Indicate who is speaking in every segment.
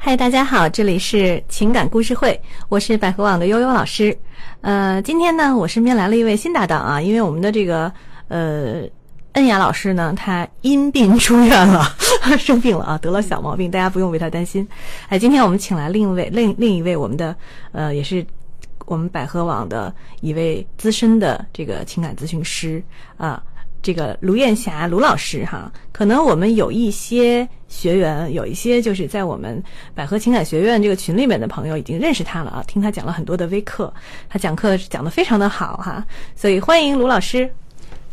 Speaker 1: 嗨，大家好，这里是情感故事会，我是百合网的悠悠老师。呃，今天呢，我身边来了一位新搭档啊，因为我们的这个呃恩雅老师呢，她因病出院了， 生病了啊，得了小毛病，大家不用为她担心。哎，今天我们请来另一位另另一位我们的呃也是我们百合网的一位资深的这个情感咨询师啊，这个卢艳霞卢老师哈，可能我们有一些学员，有一些就是在我们百合情感学院这个群里面的朋友已经认识他了啊，听他讲了很多的微课，他讲课讲得非常的好哈，所以欢迎卢老师。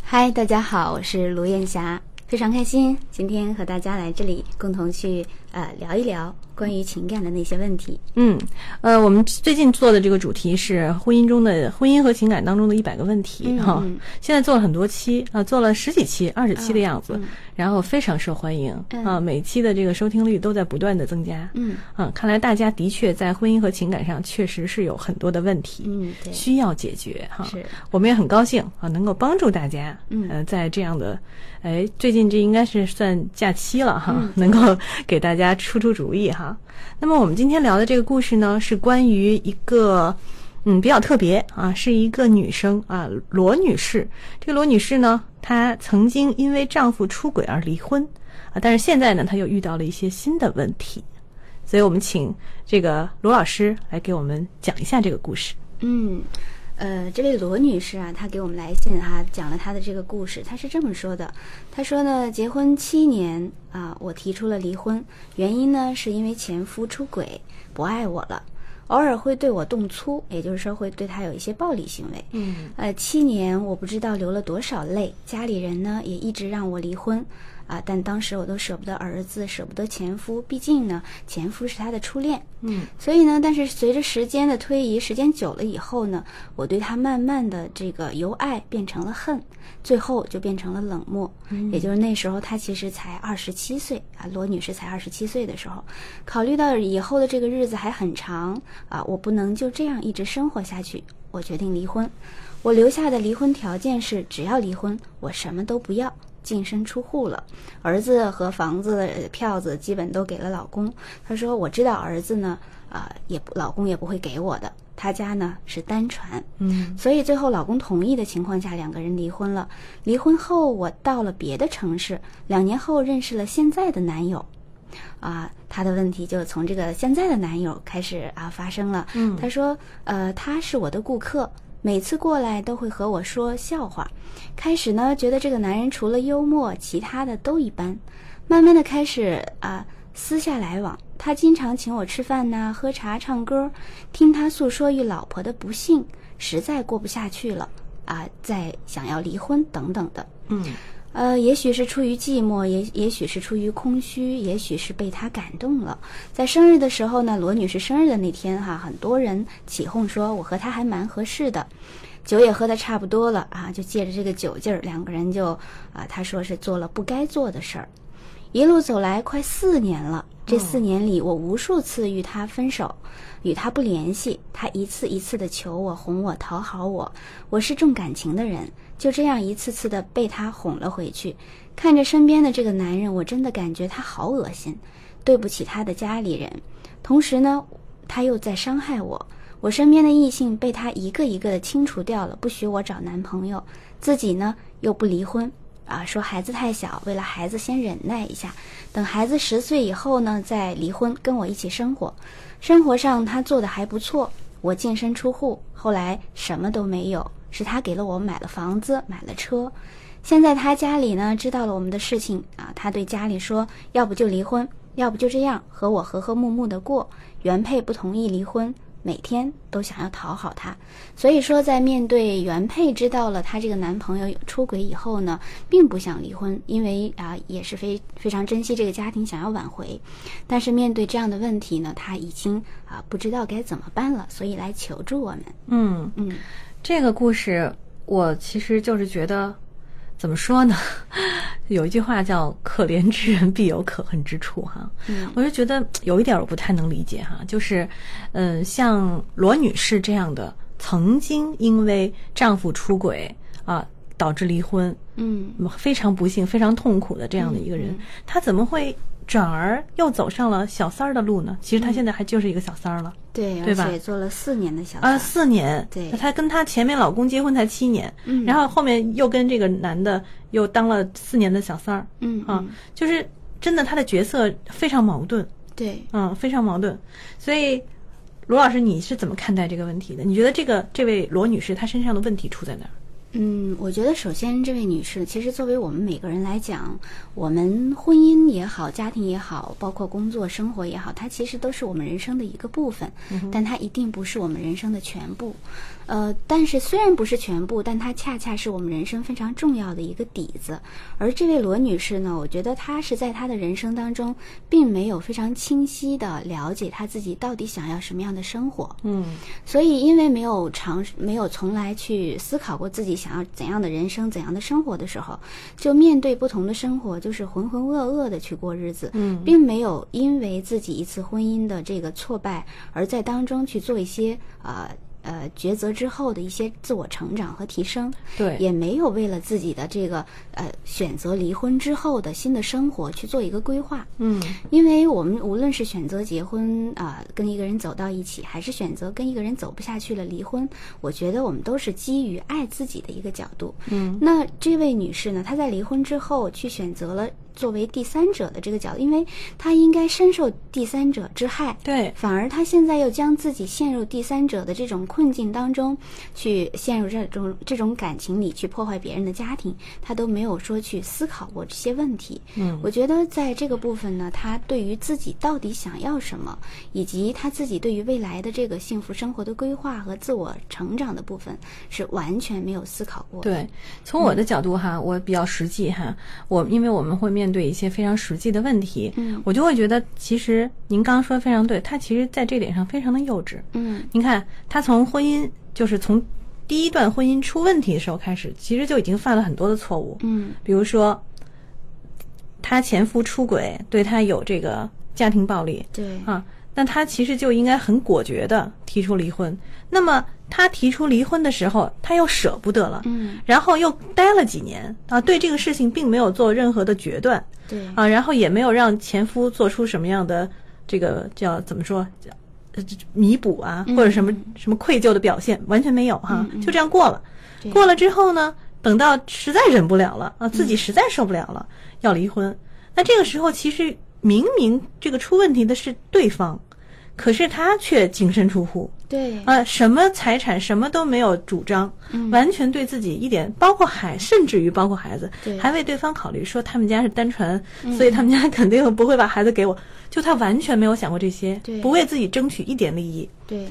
Speaker 2: 嗨，大家好，我是卢艳霞，非常开心今天和大家来这里共同去呃聊一聊关于情感的那些问题。
Speaker 1: 嗯，呃，我们最近做的这个主题是婚姻中的婚姻和情感当中的一百个问题
Speaker 2: 嗯
Speaker 1: 哈、
Speaker 2: 嗯
Speaker 1: 现在做了很多期啊、做了十几期、二十期的
Speaker 2: 嗯
Speaker 1: 样子，
Speaker 2: 嗯
Speaker 1: 然后非常受欢迎啊、
Speaker 2: 嗯
Speaker 1: 每期的这个收听率都在不断的增加。
Speaker 2: 嗯
Speaker 1: 啊，看来大家的确在婚姻和情感上确实是有很多的问题，
Speaker 2: 嗯，对，
Speaker 1: 需要解决哈。
Speaker 2: 是，
Speaker 1: 我们也很高兴啊，能够帮助大家。
Speaker 2: 嗯
Speaker 1: 呃，在这样的，哎，最近这应该是算假期了哈，
Speaker 2: 嗯
Speaker 1: 能够给大家出出主意哈。那么我们今天聊的这个故事呢，是关于一个。嗯，比较特别啊，是一个女生啊，罗女士。这个罗女士呢，她曾经因为丈夫出轨而离婚啊，但是现在呢，她又遇到了一些新的问题，所以我们请这个罗老师来给我们讲一下这个故事。
Speaker 2: 嗯。呃，这位罗女士啊，她给我们来信哈、讲了她的这个故事。她是这么说的：她说呢，结婚七年啊、我提出了离婚，原因呢是因为前夫出轨，不爱我了，偶尔会对我动粗，也就是说会对她有一些暴力行为。
Speaker 1: 嗯
Speaker 2: 呃，七年我不知道流了多少泪，家里人呢也一直让我离婚，啊、但当时我都舍不得儿子，舍不得前夫，毕竟呢前夫是他的初恋，
Speaker 1: 嗯。
Speaker 2: 所以呢，但是随着时间的推移，时间久了以后呢，我对他慢慢的这个由爱变成了恨，最后就变成了冷漠。也就是那时候她其实才二十七岁啊，罗女士才二十七岁的时候，考虑到以后的这个日子还很长啊，我不能就这样一直生活下去，我决定离婚。我留下的离婚条件是，只要离婚，我什么都不要。净身出户了，儿子和房子的票子基本都给了老公。她说：“我知道儿子呢，啊、也不老公也不会给我的。他家呢是单传，
Speaker 1: 嗯
Speaker 2: 所以最后老公同意的情况下，两个人离婚了。离婚后，我到了别的城市，两年后认识了现在的男友。啊，她的问题就从这个现在的男友开始啊发生了。
Speaker 1: 嗯
Speaker 2: 她说，呃，他是我的顾客，每次过来都会和我说笑话。开始呢，觉得这个男人除了幽默，其他的都一般。慢慢的开始啊、私下来往，他经常请我吃饭呐、喝茶、唱歌，听他诉说与老婆的不幸，实在过不下去了啊，再想要离婚等等的。
Speaker 1: 嗯
Speaker 2: 呃，也许是出于寂寞，也也许是出于空虚，也许是被他感动了。在生日的时候呢，罗女士生日的那天哈、很多人起哄说我和他还蛮合适的，酒也喝得差不多了啊，就借着这个酒劲儿，两个人就啊，他说是做了不该做的事儿。一路走来快四年了，这四年里我无数次与他分手，与他不联系，他一次一次的求我、哄我、讨好我，我是重感情的人，就这样一次次的被他哄了回去。看着身边的这个男人，我真的感觉他好恶心，对不起他的家里人，同时呢，他又在伤害我。我身边的异性被他一个一个的清除掉了，不许我找男朋友，自己呢又不离婚，啊，说孩子太小，为了孩子先忍耐一下，等孩子十岁以后呢再离婚，跟我一起生活。生活上他做的还不错，我净身出户，后来什么都没有，是他给了我买了房子，买了车。现在他家里呢知道了我们的事情啊，他对家里说，要不就离婚，要不就这样和我和和睦睦的过。原配不同意离婚，每天都想要讨好他。所以说，在面对原配知道了她这个男朋友有出轨以后呢，并不想离婚，因为啊、也是非非常珍惜这个家庭，想要挽回。但是面对这样的问题呢，她已经啊、不知道该怎么办了，所以来求助我们。
Speaker 1: 嗯，
Speaker 2: 嗯
Speaker 1: 这个故事我其实就是觉得，怎么说呢？ 有一句话叫“可怜之人必有可恨之处”哈，
Speaker 2: 嗯
Speaker 1: 我就觉得有一点我不太能理解哈，就是，嗯、像罗女士这样的，曾经因为丈夫出轨啊导致离婚，
Speaker 2: 嗯
Speaker 1: 非常不幸、非常痛苦的这样的一个人，
Speaker 2: 嗯嗯
Speaker 1: 她怎么会转而又走上了小三儿的路呢？其实他现在还就是一个小三儿了。
Speaker 2: 对，
Speaker 1: 对吧
Speaker 2: 而且做了四年的小
Speaker 1: 啊，
Speaker 2: 三，
Speaker 1: 四年，
Speaker 2: 对
Speaker 1: 她跟她前面老公结婚才七年，
Speaker 2: 嗯
Speaker 1: 然后后面又跟这个男的又当了四年的小三儿，
Speaker 2: 嗯
Speaker 1: 啊
Speaker 2: 嗯，
Speaker 1: 就是真的她的角色非常矛盾，
Speaker 2: 对，
Speaker 1: 嗯，非常矛盾。所以，罗老师，你是怎么看待这个问题的？你觉得这个这位罗女士她身上的问题出在哪儿？
Speaker 2: 嗯，我觉得首先这位女士，其实作为我们每个人来讲，我们婚姻也好，家庭也好，包括工作、生活也好，它其实都是我们人生的一个部分，但它一定不是我们人生的全部。呃，但是虽然不是全部，但它恰恰是我们人生非常重要的一个底子。而这位罗女士呢，我觉得她是在她的人生当中，并没有非常清晰的了解她自己到底想要什么样的生活。
Speaker 1: 嗯
Speaker 2: 所以，因为没有尝试，没有从来去思考过自己想要怎样的人生、怎样的生活的时候，就面对不同的生活，就是浑浑噩噩的去过日子，
Speaker 1: 嗯
Speaker 2: 并没有因为自己一次婚姻的这个挫败而在当中去做一些呃呃抉择之后的一些自我成长和提升，
Speaker 1: 对
Speaker 2: 也没有为了自己的这个呃选择离婚之后的新的生活去做一个规划，
Speaker 1: 嗯
Speaker 2: 因为我们无论是选择结婚啊、跟一个人走到一起，还是选择跟一个人走不下去了离婚，我觉得我们都是基于爱自己的一个角度。
Speaker 1: 嗯，
Speaker 2: 那这位女士呢，她在离婚之后去选择了作为第三者的这个角度，因为她应该深受第三者之害。
Speaker 1: 对，
Speaker 2: 反而她现在又将自己陷入第三者的这种困境当中，去陷入这种这种感情里去破坏别人的家庭，她都没有说去思考过这些问题。
Speaker 1: 嗯
Speaker 2: 我觉得在这个部分呢，她对于自己到底想要什么，以及她自己对于未来的这个幸福生活的规划和自我成长的部分，是完全没有思考过的。
Speaker 1: 对，从我的角度哈，我比较实际哈，我因为我们会面对一些非常实际的问题，
Speaker 2: 嗯
Speaker 1: 我就会觉得，其实您刚刚说的非常对，她其实在这点上非常的幼稚。
Speaker 2: 嗯
Speaker 1: 您看，她从婚姻就是从第一段婚姻出问题的时候开始，其实就已经犯了很多的错误，
Speaker 2: 嗯
Speaker 1: 比如说，她前夫出轨，对她有这个家庭暴力，
Speaker 2: 对
Speaker 1: 啊，那她其实就应该很果决的提出离婚。那么她提出离婚的时候，她又舍不得了，
Speaker 2: 嗯
Speaker 1: 然后又待了几年啊，对这个事情并没有做任何的决断
Speaker 2: 对
Speaker 1: 啊，然后也没有让前夫做出什么样的这个叫怎么说，叫呃这弥补啊，
Speaker 2: 嗯
Speaker 1: 或者什么什么愧疚的表现，完全没有哈、
Speaker 2: 嗯嗯
Speaker 1: 就这样过了。
Speaker 2: 对嗯
Speaker 1: 过了之后呢，等到实在忍不了了啊，自己实在受不了了，要离婚。那这个时候，其实明明这个出问题的是对方，可是他却净身出户
Speaker 2: 对
Speaker 1: 啊，什么财产什么都没有主张，
Speaker 2: 嗯
Speaker 1: 完全对自己一点，包括孩，甚至于包括孩子
Speaker 2: 对，嗯
Speaker 1: 还为对方考虑，说他们家是单传，所以他们家肯定不会把孩子给我。就他完全没有想过这些
Speaker 2: 对，
Speaker 1: 不为自己争取一点利益。
Speaker 2: 对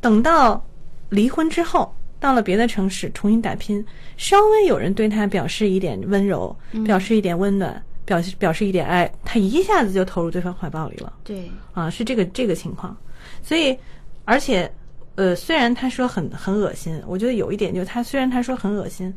Speaker 1: 等到离婚之后，到了别的城市重新打拼，稍微有人对他表示一点温柔，
Speaker 2: 嗯
Speaker 1: 表示一点温暖，表示表示一点爱，他一下子就投入对方怀抱里了
Speaker 2: 对
Speaker 1: 啊，是这个这个情况。所以，而且，呃，虽然他说很很恶心，我觉得有一点就是他虽然他说很恶心，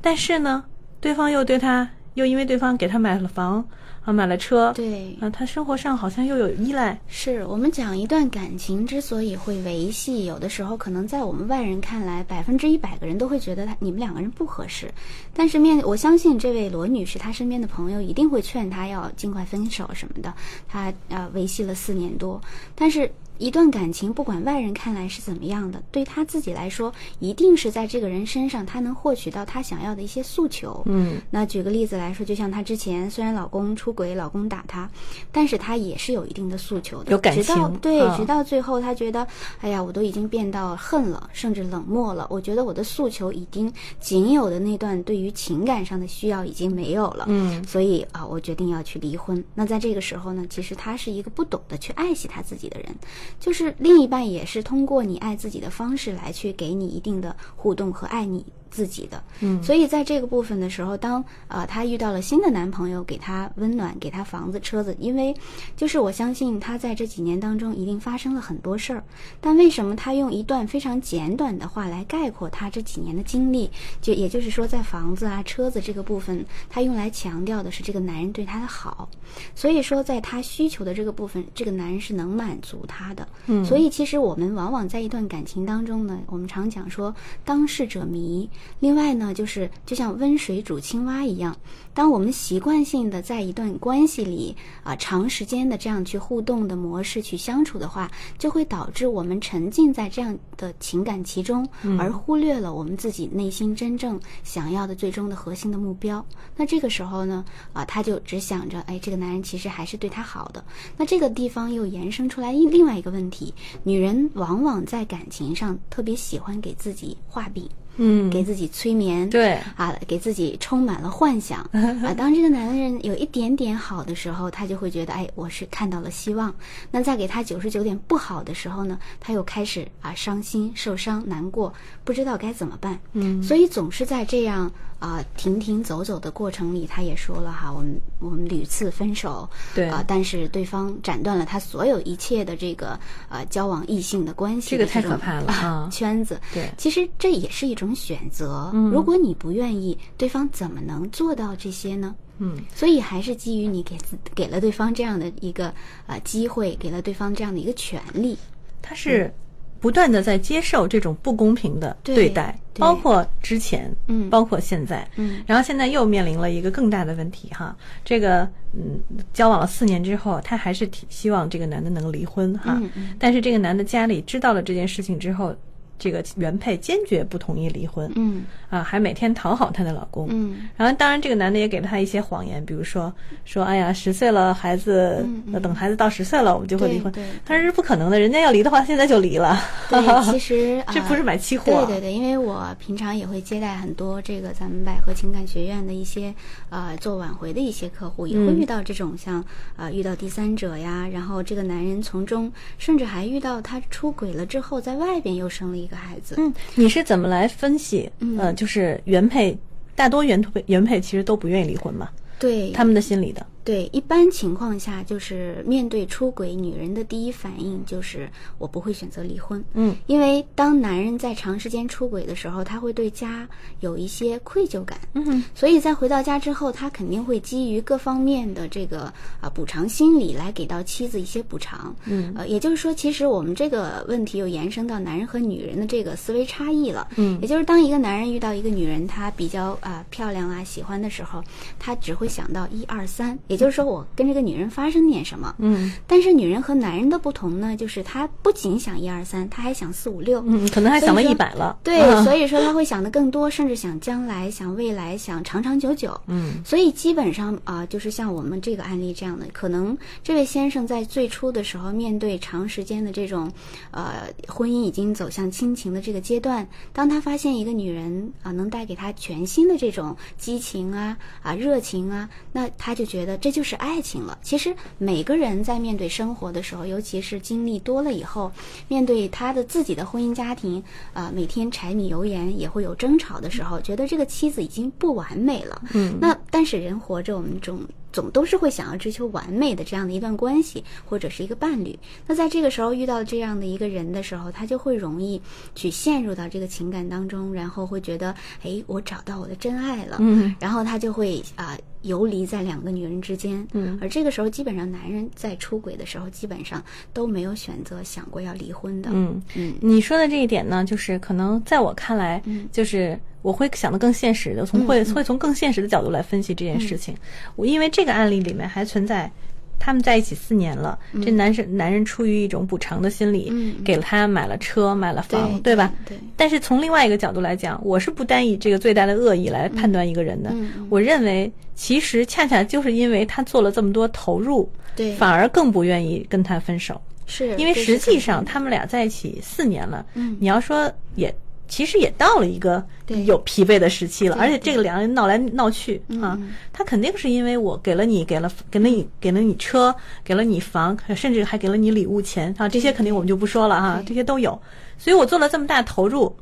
Speaker 1: 但是呢，对方又对他又因为对方给他买了房啊，买了车，
Speaker 2: 对，
Speaker 1: 啊，他生活上好像又有依赖，
Speaker 2: 是我们讲一段感情之所以会维系，有的时候可能在我们外人看来，百分之一百个人都会觉得他你们两个人不合适。但是面，我相信这位罗女士，她身边的朋友一定会劝她要尽快分手什么的。她呃维系了四年多，但是。一段感情，不管外人看来是怎么样的，对她自己来说，一定是在这个人身上，她能获取到她想要的一些诉求。
Speaker 1: 嗯，
Speaker 2: 那举个例子来说，就像她之前虽然老公出轨，老公打她，但是她也是有一定的诉求的，
Speaker 1: 有感情
Speaker 2: 直到对，
Speaker 1: 嗯
Speaker 2: 直到最后她觉得，哎呀，我都已经变到恨了，甚至冷漠了。我觉得我的诉求已经仅有的那段对于情感上的需要已经没有了。
Speaker 1: 嗯，
Speaker 2: 所以啊、我决定要去离婚。那在这个时候呢，其实她是一个不懂得去爱惜她自己的人，就是另一半也是通过你爱自己的方式来去给你一定的互动和爱你自己的。
Speaker 1: 嗯
Speaker 2: 所以在这个部分的时候，当呃她遇到了新的男朋友，给她温暖，给她房子、车子，因为就是我相信她在这几年当中一定发生了很多事儿，但为什么她用一段非常简短的话来概括她这几年的经历？就也就是说，在房子啊、车子这个部分，她用来强调的是这个男人对她的好，所以说在她需求的这个部分，这个男人是能满足她的。
Speaker 1: 嗯
Speaker 2: 所以其实我们往往在一段感情当中呢，我们常讲说当事者迷，另外呢，就是就像温水煮青蛙一样，当我们习惯性的在一段关系里啊、长时间的这样去互动的模式去相处的话，就会导致我们沉浸在这样的情感其中，而忽略了我们自己内心真正想要的最终的核心的目标。那这个时候呢，啊，他就只想着，哎，这个男人其实还是对她好的。那这个地方又延伸出来另另外一个问题，女人往往在感情上特别喜欢给自己画饼。
Speaker 1: 嗯，
Speaker 2: 给自己催眠，
Speaker 1: 对
Speaker 2: 啊，给自己充满了 幻想啊。当这个男人有一点点好的时候，他就会觉得，哎，我是看到了希望。那再给他九十九点不好的时候呢，他又开始啊伤心、受伤、难过，不知道该怎么办。嗯，所以总是在这样啊停停走走的过程里，他也说了哈，我们我们屡次分手，
Speaker 1: 对
Speaker 2: 啊，但是对方斩断了他所有一切的这个呃交往异性的关系
Speaker 1: 这
Speaker 2: 的
Speaker 1: 个
Speaker 2: 种，
Speaker 1: 太可怕了啊
Speaker 2: 圈子。
Speaker 1: 对
Speaker 2: 其实这也是一种选择。
Speaker 1: 嗯
Speaker 2: 如果你不愿意，对方怎么能做到这些呢？
Speaker 1: 嗯，
Speaker 2: 所以还是基于你给自给了对方这样的一个呃机会，给了对方这样的一个权利。
Speaker 1: 他是不断的在接受这种不公平的对待，
Speaker 2: 嗯对对
Speaker 1: 包括之前，
Speaker 2: 嗯
Speaker 1: 包括现在，
Speaker 2: 嗯，
Speaker 1: 然后现在又面临了一个更大的问题哈，这个嗯，交往了四年之后，她还是挺希望这个男的能离婚哈，
Speaker 2: 嗯嗯
Speaker 1: 但是这个男的家里知道了这件事情之后，这个原配坚决不同意离婚，
Speaker 2: 嗯
Speaker 1: 啊，还每天讨好她的老公，
Speaker 2: 嗯
Speaker 1: 然后，当然，这个男的也给了她一些谎言，比如说说，哎呀，十岁了，孩子，
Speaker 2: 嗯嗯
Speaker 1: 呃等孩子到十岁了，我们就会离婚
Speaker 2: 对对。
Speaker 1: 但是不可能的，人家要离的话，现在就离了。
Speaker 2: 对，其实、呃、
Speaker 1: 这不是买期货
Speaker 2: 对
Speaker 1: 啊
Speaker 2: 对对，因为我平常也会接待很多这个咱们百合情感学院的一些呃做挽回的一些客户，也会
Speaker 1: 嗯
Speaker 2: 遇到这种像、呃遇到第三者呀，然后这个男人从中甚至还遇到他出轨了之后，在外边又生了一个孩子。
Speaker 1: 嗯，你是怎么来分析？
Speaker 2: 嗯
Speaker 1: 呃，就是原配，大多原配原配其实都不愿意离婚嘛，
Speaker 2: 对，
Speaker 1: 他们的心理的。
Speaker 2: 对，一般情况下，就是面对出轨，女人的第一反应就是我不会选择离婚。
Speaker 1: 嗯，
Speaker 2: 因为当男人在长时间出轨的时候，他会对家有一些愧疚感。
Speaker 1: 嗯，
Speaker 2: 所以在回到家之后，他肯定会基于各方面的这个啊补偿心理来给到妻子一些补偿。
Speaker 1: 嗯，
Speaker 2: 呃，也就是说，其实我们这个问题又延伸到男人和女人的这个思维差异了。
Speaker 1: 嗯
Speaker 2: 也就是当一个男人遇到一个女人，她比较啊、呃漂亮啊喜欢的时候，他只会想到一二三，也就是说我跟这个女人发生点什么。
Speaker 1: 嗯
Speaker 2: 但是女人和男人的不同呢，就是他不仅想一二三，他还想四五六。
Speaker 1: 嗯，可能还想
Speaker 2: 所
Speaker 1: 到
Speaker 2: 以说
Speaker 1: 一百了。
Speaker 2: 对，
Speaker 1: 嗯
Speaker 2: 所以说他会想的更多，甚至想将来、想未来、想长长久久。
Speaker 1: 嗯，
Speaker 2: 所以基本上啊、就是像我们这个案例这样的，可能这位先生在最初的时候，面对长时间的这种，呃，婚姻已经走向亲情的这个阶段，当他发现一个女人啊、能带给他全新的这种激情啊啊热情啊，那他就觉得这就是爱情了。其实每个人在面对生活的时候，尤其是经历多了以后，面对他的自己的婚姻家庭，啊，每天柴米油盐也会有争吵的时候，觉得这个妻子已经不完美了。嗯，那但是人活着，我们总总都是会想要追求完美的这样的一段关系或者是一个伴侣。那在这个时候遇到这样的一个人的时候，他就会容易去陷入到这个情感当中，然后会觉得，哎，我找到我的真爱了。
Speaker 1: 嗯，
Speaker 2: 然后他就会啊、游离在两个女人之间。嗯，而这个时候基本上男人在出轨的时候，基本上都没有选择想过要离婚的。
Speaker 1: 嗯
Speaker 2: 嗯
Speaker 1: 你说的这一点呢，就是可能在我看来，就是我会想的更现实的，从会、
Speaker 2: 嗯
Speaker 1: 会从更现实的角度来分析这件事情。我因为这个案例里面还存在。他们在一起四年了，这男生男人出于一种补偿的心理，
Speaker 2: 嗯嗯
Speaker 1: 给了他买了车，买了房，
Speaker 2: 对
Speaker 1: 吧？
Speaker 2: 对对
Speaker 1: 但是从另外一个角度来讲，我是不单以这个最大的恶意来判断一个人的。
Speaker 2: 嗯嗯
Speaker 1: 我认为，其实恰恰就是因为他做了这么多投入，
Speaker 2: 对
Speaker 1: 反而更不愿意跟他分手。
Speaker 2: 是
Speaker 1: 因为
Speaker 2: 这
Speaker 1: 实
Speaker 2: 是
Speaker 1: 际
Speaker 2: 肯
Speaker 1: 上
Speaker 2: 定的
Speaker 1: 他们俩在一起四年了，
Speaker 2: 嗯
Speaker 1: 你要说也其实也到了一个
Speaker 2: 对
Speaker 1: 有疲惫的时期了，
Speaker 2: 对嗯
Speaker 1: 而且这个两人闹来闹去啊，他肯定是因为我给了你，给了给了你给了你车，给了你房，甚至还给了你礼物钱啊，这些肯定我们就不说了啊，
Speaker 2: 对
Speaker 1: 这些都有，所以我做了这么大投入，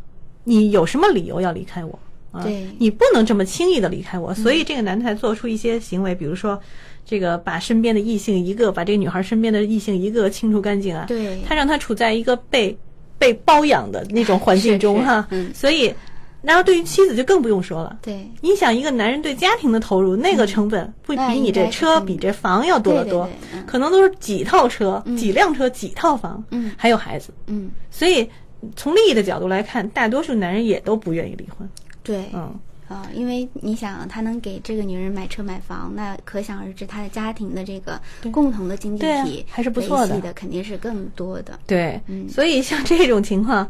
Speaker 1: 你有什么理由要离开我？啊
Speaker 2: 对嗯
Speaker 1: 你不能这么轻易的离开我，所以这个男的才做出一些行为，比如说，这个把身边的异性一个，把这个女孩身边的异性一个清除干净啊，
Speaker 2: 对
Speaker 1: 他让她处在一个被被包养的那种环境中
Speaker 2: 是是
Speaker 1: 哈，
Speaker 2: 嗯
Speaker 1: 所以，然后对于妻子就更不用说了。
Speaker 2: 对
Speaker 1: 你想，一个男人对家庭的投入，那个成本不
Speaker 2: 嗯那
Speaker 1: 比
Speaker 2: 应
Speaker 1: 你这
Speaker 2: 该是
Speaker 1: 车、
Speaker 2: 更
Speaker 1: 比这房要多得多
Speaker 2: 对对对，嗯
Speaker 1: 可能都是几套车、几辆车、几套房，
Speaker 2: 嗯
Speaker 1: 还有孩子。
Speaker 2: 嗯
Speaker 1: 所以，从利益的角度来看，大多数男人也都不愿意离婚。
Speaker 2: 对，
Speaker 1: 嗯，
Speaker 2: 啊、因为你想，他能给这个女人买车买房，那可想而知，他的家庭的这个
Speaker 1: 对
Speaker 2: 共同的经济
Speaker 1: 对啊
Speaker 2: 体
Speaker 1: 还是不错的
Speaker 2: 维系肯定是更多的。
Speaker 1: 对，
Speaker 2: 嗯
Speaker 1: 所以像这种情况，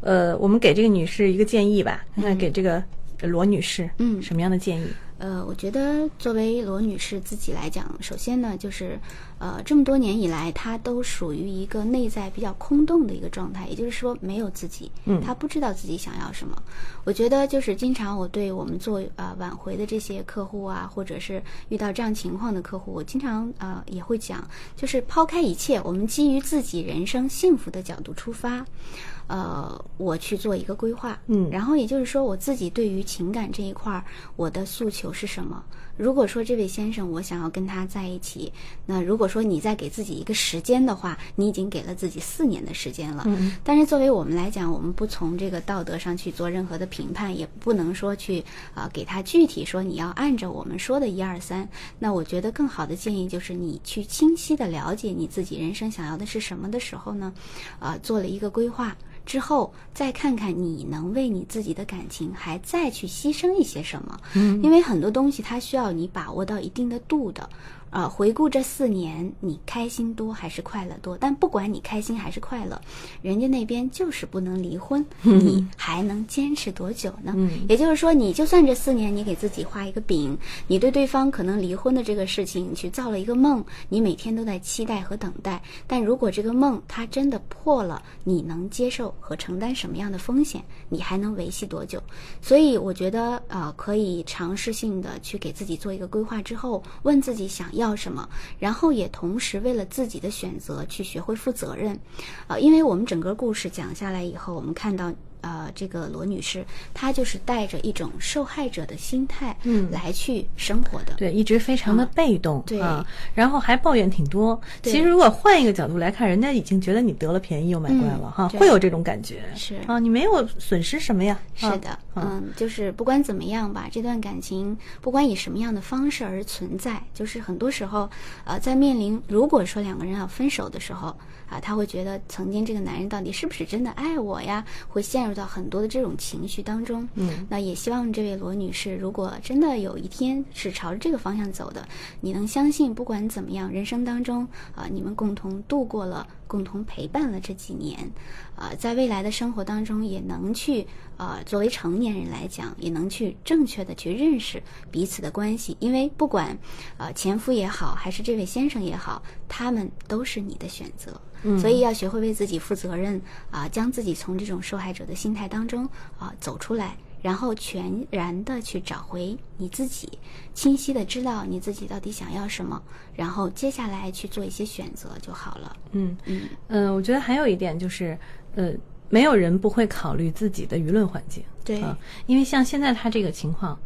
Speaker 1: 呃，我们给这个女士一个建议吧，看看给这个罗女士，
Speaker 2: 嗯
Speaker 1: 什么样的建议？
Speaker 2: 呃，我觉得作为罗女士自己来讲，首先呢，就是呃，这么多年以来，她都属于一个内在比较空洞的一个状态，也就是说，没有自己，
Speaker 1: 嗯
Speaker 2: 她不知道自己想要什么。我觉得就是经常我对我们做呃挽回的这些客户啊，或者是遇到这样情况的客户，我经常呃也会讲，就是抛开一切，我们基于自己人生幸福的角度出发，呃，我去做一个规划，
Speaker 1: 嗯
Speaker 2: 然后也就是说，我自己对于情感这一块儿，我的诉求是什么？如果说这位先生我想要跟他在一起，那如果说你再给自己一个时间的话，你已经给了自己四年的时间了。
Speaker 1: 嗯
Speaker 2: 但是作为我们来讲，我们不从这个道德上去做任何的评判，也不能说去呃给他具体说你要按照我们说的一二三。那我觉得更好的建议就是你去清晰的了解你自己人生想要的是什么的时候呢，呃，做了一个规划。之后再看看你能为你自己的感情还再去牺牲一些什么，嗯，因为很多东西它需要你把握到一定的度的。呃，回顾这四年，你开心多还是快乐多？但不管你开心还是快乐，人家那边就是不能离婚，你还能坚持多久呢？
Speaker 1: 嗯
Speaker 2: 也就是说，你就算这四年你给自己画一个饼，你对对方可能离婚的这个事情你去造了一个梦，你每天都在期待和等待。但如果这个梦它真的破了，你能接受和承担什么样的风险？你还能维系多久？所以我觉得，呃，可以尝试性的去给自己做一个规划之后，问自己想要什么，然后也同时为了自己的选择去学会负责任。呃，因为我们整个故事讲下来以后，我们看到。呃，这个罗女士，她就是带着一种受害者的心态，
Speaker 1: 嗯
Speaker 2: 来去生活的。
Speaker 1: 对，一直非常的被动，
Speaker 2: 对
Speaker 1: 啊，然后还抱怨挺多。
Speaker 2: 对
Speaker 1: 其实如果换一个角度来看，人家已经觉得你得了便宜又买乖了
Speaker 2: 嗯
Speaker 1: 哈，
Speaker 2: 对
Speaker 1: 会有这种感觉。
Speaker 2: 是
Speaker 1: 啊，你没有损失什么呀？
Speaker 2: 是
Speaker 1: 啊
Speaker 2: 的，
Speaker 1: 啊
Speaker 2: 嗯，就是不管怎么样吧，这段感情不管以什么样的方式而存在，就是很多时候，呃，在面临如果说两个人要分手的时候，啊，他会觉得曾经这个男人到底是不是真的爱我呀？会陷入到很多的这种情绪当中。
Speaker 1: 嗯，
Speaker 2: 那也希望这位罗女士，如果真的有一天是朝着这个方向走的，你能相信，不管怎么样，人生当中啊、你们共同度过了，共同陪伴了这几年，啊、在未来的生活当中也能去啊、作为成年人来讲，也能去正确的去认识彼此的关系，因为不管呃前夫也好，还是这位先生也好，他们都是你的选择。所以要学会为自己负责任啊、将自己从这种受害者的心态当中啊、走出来，然后全然的去找回你自己，清晰的知道你自己到底想要什么，然后接下来去做一些选择就好了。
Speaker 1: 嗯
Speaker 2: 嗯，
Speaker 1: 嗯、我觉得还有一点就是，呃，没有人不会考虑自己的舆论环境。
Speaker 2: 对，
Speaker 1: 啊，因为像现在他这个情况，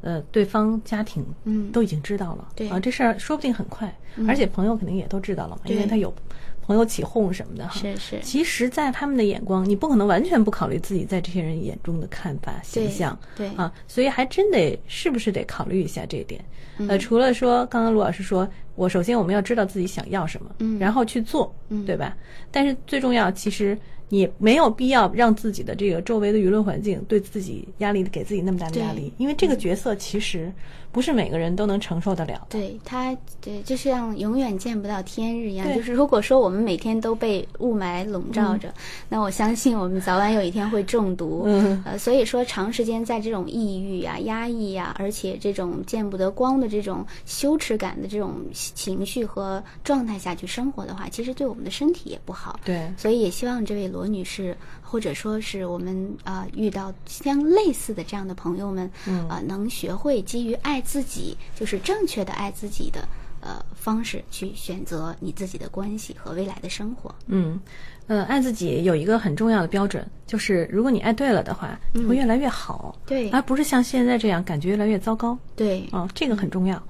Speaker 1: 呃，对方家庭
Speaker 2: 嗯，
Speaker 1: 都已经知道了，
Speaker 2: 对嗯
Speaker 1: 啊，这事儿说不定很快，而且朋友肯定也都知道了嘛，因为
Speaker 2: 对
Speaker 1: 他有朋友起哄什么的哈。
Speaker 2: 是是，
Speaker 1: 其实，在他们的眼光，你不可能完全不考虑自己在这些人眼中的看法、形
Speaker 2: 对
Speaker 1: 象
Speaker 2: 对，
Speaker 1: 啊，所以还真得是不是得考虑一下这一点。
Speaker 2: 嗯
Speaker 1: 呃，除了说刚刚卢老师说，我首先我们要知道自己想要什么，
Speaker 2: 嗯
Speaker 1: 然后去做，
Speaker 2: 嗯
Speaker 1: 对吧？但是最重要，其实也没有必要让自己的这个周围的舆论环境对自己压力给自己那么大的压
Speaker 2: 对
Speaker 1: 力，因为这个角色其实不是每个人都能承受得了的。
Speaker 2: 对它，对，就像永远见不到天日一样。
Speaker 1: 对
Speaker 2: 就是如果说我们每天都被雾霾笼罩着，那我相信我们早晚有一天会中毒。
Speaker 1: 嗯
Speaker 2: 呃，所以说长时间在这种抑郁啊、压抑呀、而且这种见不得光的这种羞耻感的这种情绪和状态下去生活的话，其实对我们的身体也不好。
Speaker 1: 对，
Speaker 2: 所以也希望这位罗女士，或者说是我们呃遇到相类似的这样的朋友们，
Speaker 1: 嗯
Speaker 2: 呃，能学会基于爱自己，就是正确的爱自己的呃方式去选择你自己的关系和未来的生活。
Speaker 1: 嗯，呃，爱自己有一个很重要的标准，就是如果你爱对了的话，你会越来越好，
Speaker 2: 对
Speaker 1: 而不是像现在这样感觉越来越糟糕。
Speaker 2: 对
Speaker 1: 哦，这个很重要。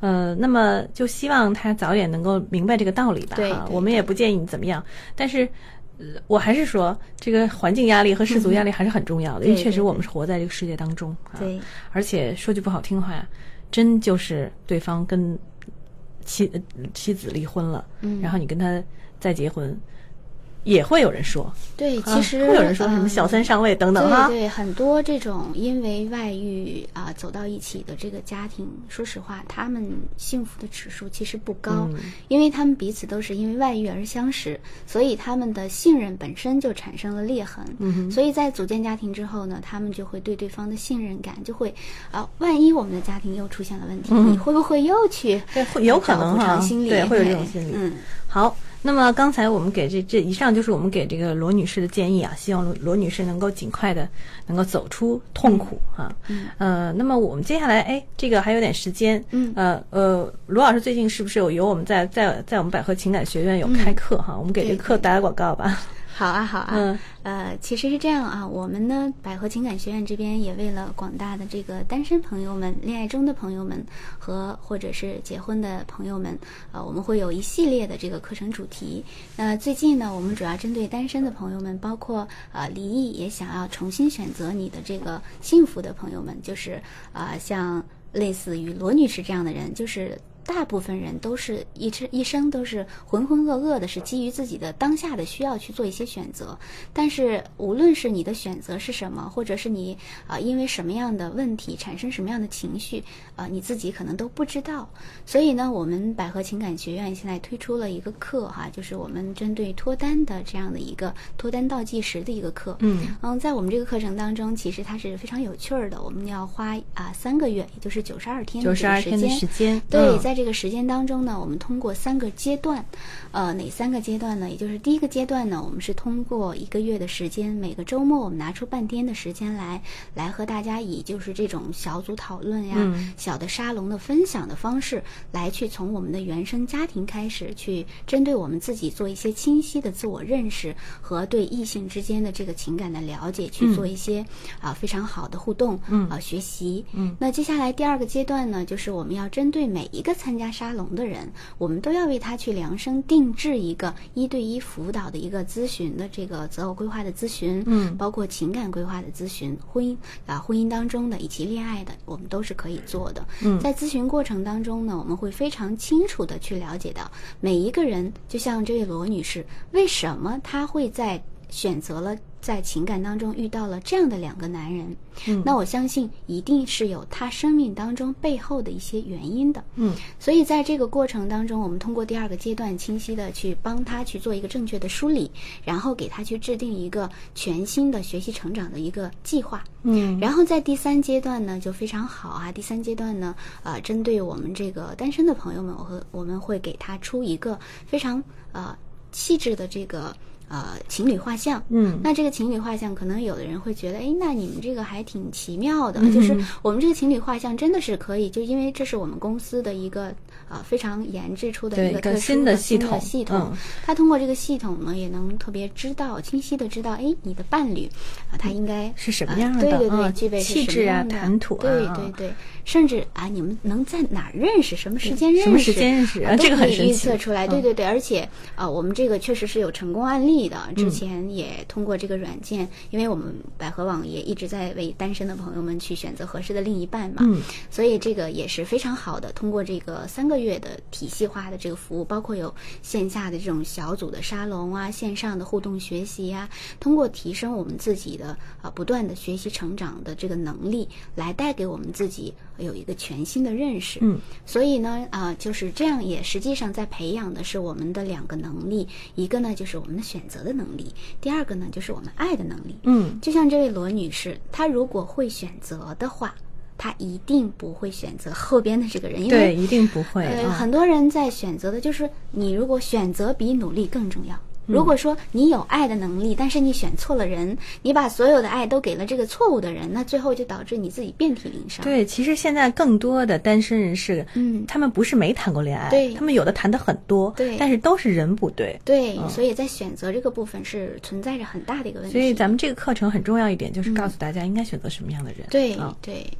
Speaker 1: 呃，那么就希望他早点能够明白这个道理吧。
Speaker 2: 对
Speaker 1: 啊
Speaker 2: 对
Speaker 1: 我们也不建议你怎么样，但是。呃我还是说，这个环境压力和世俗压力还是很重要的，因为
Speaker 2: 嗯对
Speaker 1: 确实
Speaker 2: 对
Speaker 1: 我们是活在这个世界当中。啊、
Speaker 2: 对，
Speaker 1: 而且说句不好听话，真就是对方跟妻呃妻子离婚了，
Speaker 2: 嗯
Speaker 1: 然后你跟他再结婚，也会有人说，
Speaker 2: 对，
Speaker 1: 啊
Speaker 2: 其实、
Speaker 1: 会有人说什么
Speaker 2: 嗯
Speaker 1: 小三上位等啊等哈
Speaker 2: 对。对，很多这种因为外遇啊、走到一起的这个家庭，说实话，他们幸福的指数其实不高，
Speaker 1: 嗯
Speaker 2: 因为他们彼此都是因为外遇而相识，所以他们的信任本身就产生了裂痕。嗯、所以在组建家庭之后呢，他们就会对对方的信任感就会啊、万一我们的家庭又出现了问题，你会不会又去
Speaker 1: 嗯 对，会有可能
Speaker 2: 找补
Speaker 1: 哈
Speaker 2: 偿心，理
Speaker 1: 对，会有这种心理。
Speaker 2: 嗯。
Speaker 1: 好，那么刚才我们给这这以上就是我们给这个罗女士的建议啊，希望罗罗女士能够尽快的能够走出痛苦啊。嗯。呃，那么我们接下来，哎，这个还有点时间。
Speaker 2: 嗯
Speaker 1: 呃呃，罗老师最近是不是有有我们在在在我们百合情感学院有开课哈？我们给这
Speaker 2: 嗯对
Speaker 1: 个课打打广告吧。
Speaker 2: 好啊，好啊，
Speaker 1: 嗯
Speaker 2: 呃，其实是这样啊，我们呢，百合情感学院这边也为了广大的这个单身朋友们、恋爱中的朋友们和或者是结婚的朋友们，呃，我们会有一系列的这个课程主题。那最近呢，我们主要针对单身的朋友们，包括呃离异也想要重新选择你的这个幸福的朋友们，就是呃像类似于罗女士这样的人，就是大部分人都是一生一生都是浑浑噩噩的，是基于自己的当下的需要去做一些选择。但是无论是你的选择是什么，或者是你啊、呃因为什么样的问题产生什么样的情绪啊、呃你自己可能都不知道。所以呢，我们百合情感学院现在推出了一个课哈，就是我们针对脱单的这样的一个脱单倒计时的一个课。
Speaker 1: 嗯
Speaker 2: 嗯，在我们这个课程当中，其实它是非常有趣儿的。我们要花啊、三个月，也就是九十二天的
Speaker 1: 嗯九
Speaker 2: 这
Speaker 1: 十
Speaker 2: 个
Speaker 1: 二天的时间。
Speaker 2: 对，
Speaker 1: 嗯
Speaker 2: 在这个时间当中呢，我们通过三个阶段，呃，哪三个阶段呢？也就是第一个阶段呢，我们是通过一个月的时间，每个周末我们拿出半天的时间来，来和大家以就是这种小组讨论呀、
Speaker 1: 嗯
Speaker 2: 小的沙龙的分享的方式，来去从我们的原生家庭开始，去针对我们自己做一些清晰的自我认识和对异性之间的这个情感的了解，去
Speaker 1: 嗯
Speaker 2: 做一些啊、非常好的互动，嗯啊、学习，嗯。那接下来第二个阶段呢，就是我们要针对每一个参加沙龙的人，我们都要为他去量身定制一个一对一辅导的一个咨询的这个择偶规划的咨询，嗯，包括情感规划的咨询、婚姻啊婚姻当中的以及恋爱的，我们都是可以做的。嗯，在咨询过程当中呢，我们会非常清楚的去了解到每一个人，就像这位罗女士，为什么她会在选择了在情感当中遇到了这样的两个男人，
Speaker 1: 嗯
Speaker 2: 那我相信一定是有她生命当中背后的一些原因的。
Speaker 1: 嗯，
Speaker 2: 所以在这个过程当中，我们通过第二个阶段，清晰的去帮她去做一个正确的梳理，然后给她去制定一个全新的学习成长的一个计划。
Speaker 1: 嗯
Speaker 2: 然后在第三阶段呢，就非常好啊。第三阶段呢，呃，针对我们这个单身的朋友们，我和我们会给他出一个非常呃细致的这个呃情侣画像。
Speaker 1: 嗯
Speaker 2: 那这个情侣画像，可能有的人会觉得，哎，那你们这个还挺奇妙
Speaker 1: 嗯
Speaker 2: 的，就是我们这个情侣画像真的是可以，就因为这是我们公司的一个呃非常研制出的
Speaker 1: 对
Speaker 2: 一
Speaker 1: 一
Speaker 2: 个
Speaker 1: 个
Speaker 2: 特殊
Speaker 1: 新的系
Speaker 2: 新
Speaker 1: 统
Speaker 2: 系统
Speaker 1: 嗯，
Speaker 2: 他通过这个系统呢，也能特别知道、清晰的知道，哎，你的伴侣啊，
Speaker 1: 嗯
Speaker 2: 他应该
Speaker 1: 是什么
Speaker 2: 啊
Speaker 1: 样的
Speaker 2: 对对对，
Speaker 1: 嗯
Speaker 2: 具备是
Speaker 1: 气
Speaker 2: 什么
Speaker 1: 质啊
Speaker 2: 样的
Speaker 1: 谈吐啊
Speaker 2: 对
Speaker 1: 啊
Speaker 2: 对对，甚至啊，你们能在哪儿认识，什么时间认识，
Speaker 1: 什么时间认识
Speaker 2: 啊
Speaker 1: 啊这个
Speaker 2: 都可
Speaker 1: 很
Speaker 2: 以
Speaker 1: 神
Speaker 2: 预
Speaker 1: 奇
Speaker 2: 测出来。对
Speaker 1: 嗯
Speaker 2: 对对，而且啊，我们这个确实是有成功案例的，
Speaker 1: 嗯
Speaker 2: 之前也通过这个软件，因为我们百合网也一直在为单身的朋友们去选择合适的另一半嘛，
Speaker 1: 嗯，
Speaker 2: 所以这个也是非常好的。通过这个三个月的体系化的这个服务，包括有线下的这种小组的沙龙啊，线上的互动学习啊，通过提升我们自己的啊不断的学习成长的这个能力，来带给我们自己呃有一个全新的认识。
Speaker 1: 嗯，
Speaker 2: 所以呢，啊、就是这样，也实际上在培养的是我们的两个能力，一个呢就是我们的选择的能力，第二个呢就是我们爱的能力。
Speaker 1: 嗯
Speaker 2: 就像这位罗女士，她如果会选择的话，她一定不会选择后边的这个人，因
Speaker 1: 对，
Speaker 2: 为
Speaker 1: 一定不会。
Speaker 2: 呃，
Speaker 1: 嗯
Speaker 2: 很多人在选择的就是你如果选择比努力更重要。
Speaker 1: 嗯
Speaker 2: 如果说你有爱的能力，但是你选错了人，你把所有的爱都给了这个错误的人，那最后就导致你自己遍体鳞伤。，
Speaker 1: 对，其实现在更多的单身人士，
Speaker 2: 嗯
Speaker 1: 他们不是没谈过恋爱，
Speaker 2: 对
Speaker 1: 他们有的谈的很多，
Speaker 2: 对
Speaker 1: 但是都是人不对。
Speaker 2: 对，所以在选择这个部分是存在着很大的一个问题。
Speaker 1: 嗯所以咱们这个课程很重要一点，就是告诉大家应该选择什么样的人。
Speaker 2: 嗯对、
Speaker 1: 啊，
Speaker 2: 对，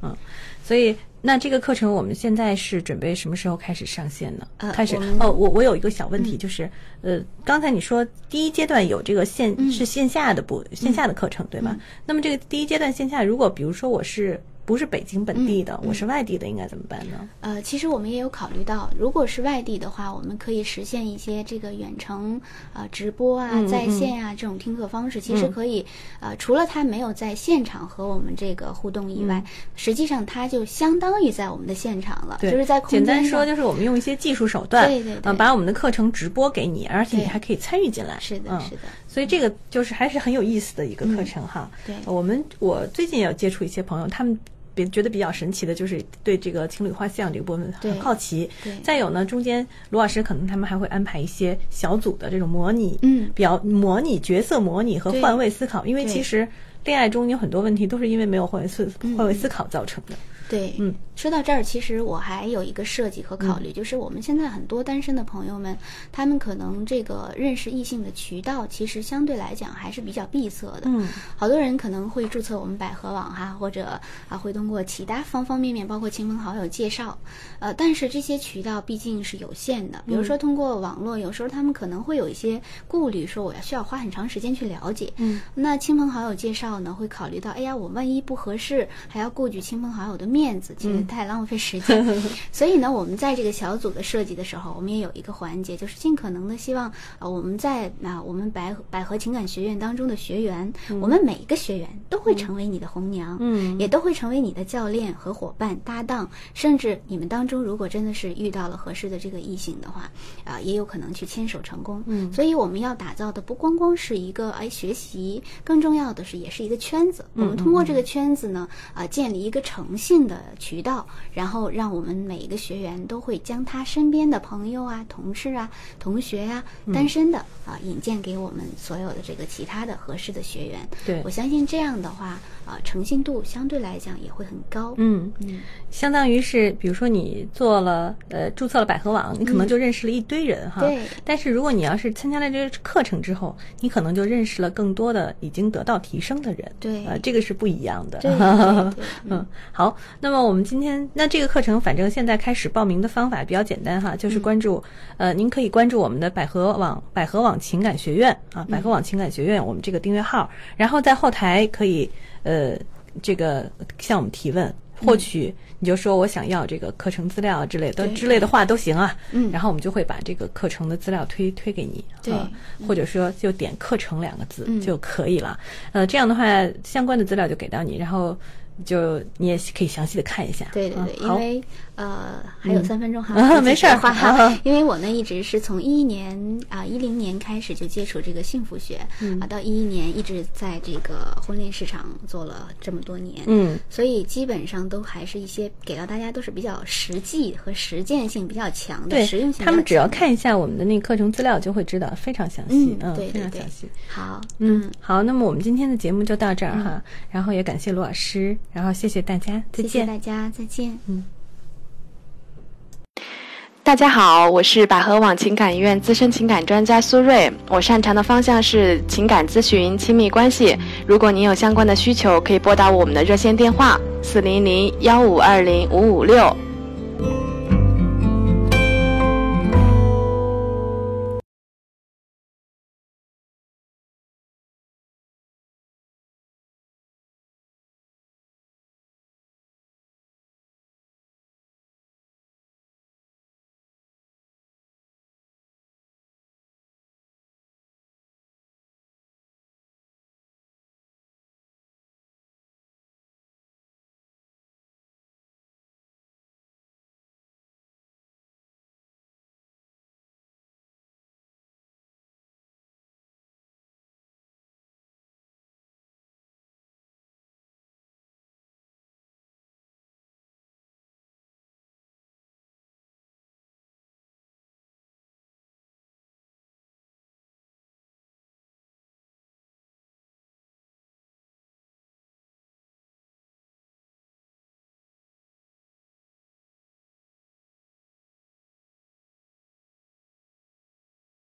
Speaker 1: 所以那这个课程我们现在是准备什么时候开始上线呢？
Speaker 2: 呃
Speaker 1: 开始
Speaker 2: 我们嗯
Speaker 1: 哦，我我有一个小问题，就是呃，刚才你说第一阶段有这个线、
Speaker 2: 嗯
Speaker 1: 是线下的部线下的课程对吗？那么这个第一阶段线下，如果比如说我是不是北京本地的，
Speaker 2: 嗯嗯
Speaker 1: 我是外地的，应该怎么办呢？
Speaker 2: 呃，其实我们也有考虑到，如果是外地的话，我们可以实现一些这个远程啊、呃直播啊、
Speaker 1: 嗯
Speaker 2: 在线啊这种听课方式。其实可以，呃，除了他没有在现场和我们这个互动以外，实际上他就相当于在我们的现场了，
Speaker 1: 嗯对
Speaker 2: 就是在空
Speaker 1: 简
Speaker 2: 间
Speaker 1: 单说，
Speaker 2: 上
Speaker 1: 就是我们用一些技术手段，
Speaker 2: 对对对
Speaker 1: 呃把我们的课程直播给你，而且你
Speaker 2: 对
Speaker 1: 还可以参与进来。
Speaker 2: 是的，
Speaker 1: 嗯
Speaker 2: 是的，
Speaker 1: 所以这个就是还是很有意思的一个课程哈。
Speaker 2: 嗯对
Speaker 1: 呃我们我最近也有接触一些朋友，他们别觉得比较神奇的就是对这个情侣画像这个部分
Speaker 2: 对
Speaker 1: 很好奇。
Speaker 2: 对
Speaker 1: 再有呢，中间罗老师可能他们还会安排一些小组的这种模拟，
Speaker 2: 嗯
Speaker 1: 比较模拟角色模拟和
Speaker 2: 对
Speaker 1: 换位思考，因为
Speaker 2: 对
Speaker 1: 其实恋爱中有很多问题都是因为没有换位思
Speaker 2: 嗯
Speaker 1: 换位思考造成的。
Speaker 2: 对，
Speaker 1: 嗯，
Speaker 2: 说到这儿，其实我还有一个设计和考虑，就是我们现在很多单身的朋友们，他们可能这个认识异性的渠道，其实相对来讲还是比较闭塞的。
Speaker 1: 嗯，
Speaker 2: 好多人可能会注册我们百合网哈、或者啊会通过其他方方面面，包括亲朋好友介绍，呃，但是这些渠道毕竟是有限的。比如说通过网络，有时候他们可能会有一些顾虑，说我要需要花很长时间去了解。
Speaker 1: 嗯，
Speaker 2: 那亲朋好友介绍呢，会考虑到，哎呀，我万一不合适，还要顾及亲朋好友的面子，其实太浪费时间。所以呢，我们在这个小组的设计的时候，我们也有一个环节，就是尽可能的希望，呃，我们在啊、我们百合百合情感学院当中的学员，我们每一个学员都会成为你的红娘，
Speaker 1: 嗯，
Speaker 2: 也都会成为你的教练和伙伴、搭档，甚至你们当中如果真的是遇到了合适的这个异性的话，啊、也有可能去牵手成功。嗯，所以我们要打造的不光光是一个哎学习，更重要的是也是一个圈子。
Speaker 1: 嗯
Speaker 2: 我们通过这个圈子呢，啊、建立一个诚信的渠道，然后让我们每一个学员都会将他身边的朋友啊、同事啊、同学呀、
Speaker 1: 嗯
Speaker 2: 单身的啊、引荐给我们所有的这个其他的合适的学员。
Speaker 1: 对
Speaker 2: 我相信这样的话，啊、诚信度相对来讲也会很高。
Speaker 1: 嗯，
Speaker 2: 嗯
Speaker 1: 相当于是，比如说你做了呃注册了百合网，你可能就认识了一堆人哈。
Speaker 2: 嗯对
Speaker 1: 但是如果你要是参加了这个课程之后，你可能就认识了更多的已经得到提升的人。
Speaker 2: 对
Speaker 1: 呃，这个是不一样的。
Speaker 2: 对对 对
Speaker 1: 嗯，好，那么我们今天那这个课程，反正现在开始报名的方法比较简单哈，
Speaker 2: 嗯
Speaker 1: 就是关注、呃，您可以关注我们的百合网百合网情感学院啊，百
Speaker 2: 嗯
Speaker 1: 合网情感学院我们这个订阅号，然后在后台可以呃这个向我们提问。获取你就说我想要这个课程资料之类的
Speaker 2: 嗯对
Speaker 1: 之类的话都行啊，
Speaker 2: 嗯
Speaker 1: 然后我们就会把这个课程的资料推推给你，
Speaker 2: 对
Speaker 1: 啊或者说就点“课程”两个字
Speaker 2: 嗯
Speaker 1: 就可以了。呃，这样的话，相关的资料就给到你，然后就你也可以详细的看一下。
Speaker 2: 对对
Speaker 1: 啊
Speaker 2: 对，因
Speaker 1: 好，
Speaker 2: 为呃还有三分钟哈，
Speaker 1: 啊
Speaker 2: 我自己
Speaker 1: 没事儿
Speaker 2: 说话
Speaker 1: 啊
Speaker 2: 哈。因为我呢一直是从一一年啊一零年开始就接触这个幸福学
Speaker 1: 嗯
Speaker 2: 啊，到一一年一直在这个婚恋市场做了这么多年，
Speaker 1: 嗯，
Speaker 2: 所以基本上都还是一些给到大家都是比较实际和实践性比较强的
Speaker 1: 对
Speaker 2: 实用性比较强的。
Speaker 1: 他们只要看一下我们的那个课程资料，就会知道非常详细
Speaker 2: 嗯，
Speaker 1: 嗯，
Speaker 2: 对
Speaker 1: 非
Speaker 2: 对
Speaker 1: 常
Speaker 2: 对
Speaker 1: 详细。，
Speaker 2: 好，
Speaker 1: 嗯，好，那么我们今天的节目就到这儿哈，然后也感谢罗老师，然后谢谢大家，再
Speaker 2: 嗯谢谢
Speaker 1: 见。
Speaker 2: 大家，再见。
Speaker 3: 大家好，我是百合网情感医院资深情感专家苏瑞。我擅长的方向是情感咨询、亲密关系。如果您有相关的需求，可以拨打我们的热线电话四零零幺五二零五五六。